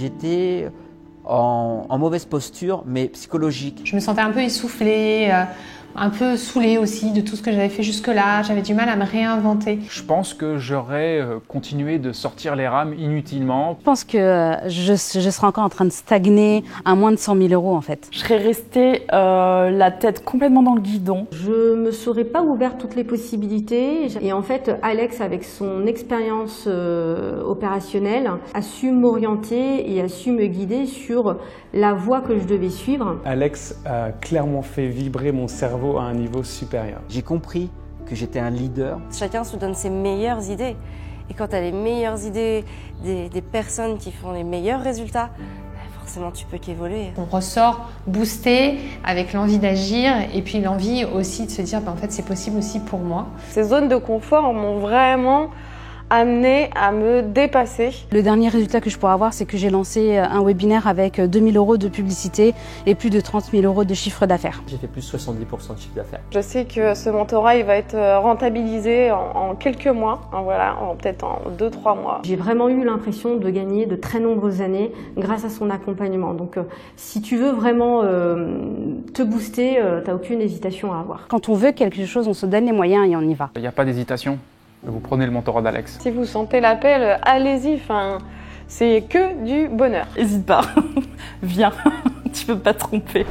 J'étais en, en mauvaise posture, mais psychologique. Je me sentais un peu essoufflée, euh, un peu saoulée aussi de tout ce que j'avais fait jusque-là. J'avais du mal à me réinventer. Je pense que j'aurais euh, continué de sortir les rames inutilement. Je pense que euh, je, je serai encore en train de stagner à moins de 100 000 euros en fait. Je serais restée euh, la tête complètement dans le guidon. Je me serais pas ouvert toutes les possibilités. Et en fait, Alex, avec son expérience euh, opérationnelle, a su m'orienter et a su me guider sur la voie que je devais suivre. Alex a clairement fait vibrer mon cerveau à un niveau supérieur. J'ai compris que j'étais un leader. Chacun se donne ses meilleures idées. Et quand tu as les meilleures idées des, des personnes qui font les meilleurs résultats, bah, forcément tu peux qu'évoluer. On ressort boosté avec l'envie d'agir et puis l'envie aussi de se dire bah, en fait c'est possible aussi pour moi. Ces zones de confort m'ont vraiment amené à me dépasser. Le dernier résultat que je pourrais avoir, c'est que j'ai lancé euh, un webinaire avec 2000 euros de publicité et plus de 30 000 euros de chiffre d'affaires. J'ai fait plus 70% de chiffre d'affaires. Je sais que ce mentorat il va être euh, rentabilisé en, en quelques mois, hein, voilà, en- peut-être en 2-3 mois. J'ai vraiment eu l'impression de gagner de très nombreuses années grâce à son accompagnement. Donc, euh, si tu veux vraiment euh, te booster, euh, t'as aucune hésitation à avoir. Quand on veut quelque chose, on se donne les moyens et on y va. Il n'y a pas d'hésitation. Vous prenez le mentorat d'Alex. Si vous sentez l'appel, euh, allez-y. Enfin, c'est que du bonheur. Hésite pas, viens, tu peux pas te tromper.